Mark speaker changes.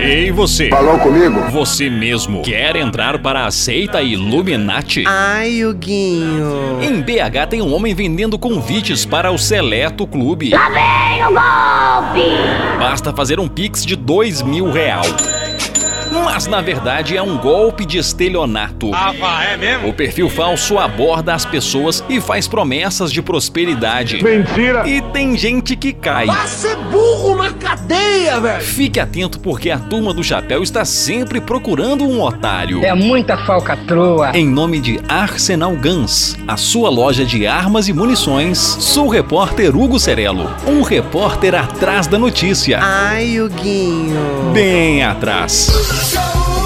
Speaker 1: Ei você,
Speaker 2: Falou comigo?
Speaker 1: você mesmo quer entrar para a seita Illuminati?
Speaker 3: Ai, Huguinho.
Speaker 1: Em BH tem um homem vendendo convites para o seleto clube. Lá vem o golpe! Basta fazer um pix de dois mil real. Mas na verdade é um golpe de estelionato.
Speaker 4: é mesmo?
Speaker 1: O perfil falso aborda as pessoas e faz promessas de prosperidade. Mentira! E tem gente que cai.
Speaker 3: Você burro na cadeia, velho.
Speaker 1: Fique atento porque a turma do chapéu está sempre procurando um otário.
Speaker 5: É muita falcatrua.
Speaker 1: Em nome de Arsenal Guns, a sua loja de armas e munições, sou o repórter Hugo Cerelo, um repórter atrás da notícia,
Speaker 3: Ai, Huguinho.
Speaker 1: bem atrás.
Speaker 6: Show.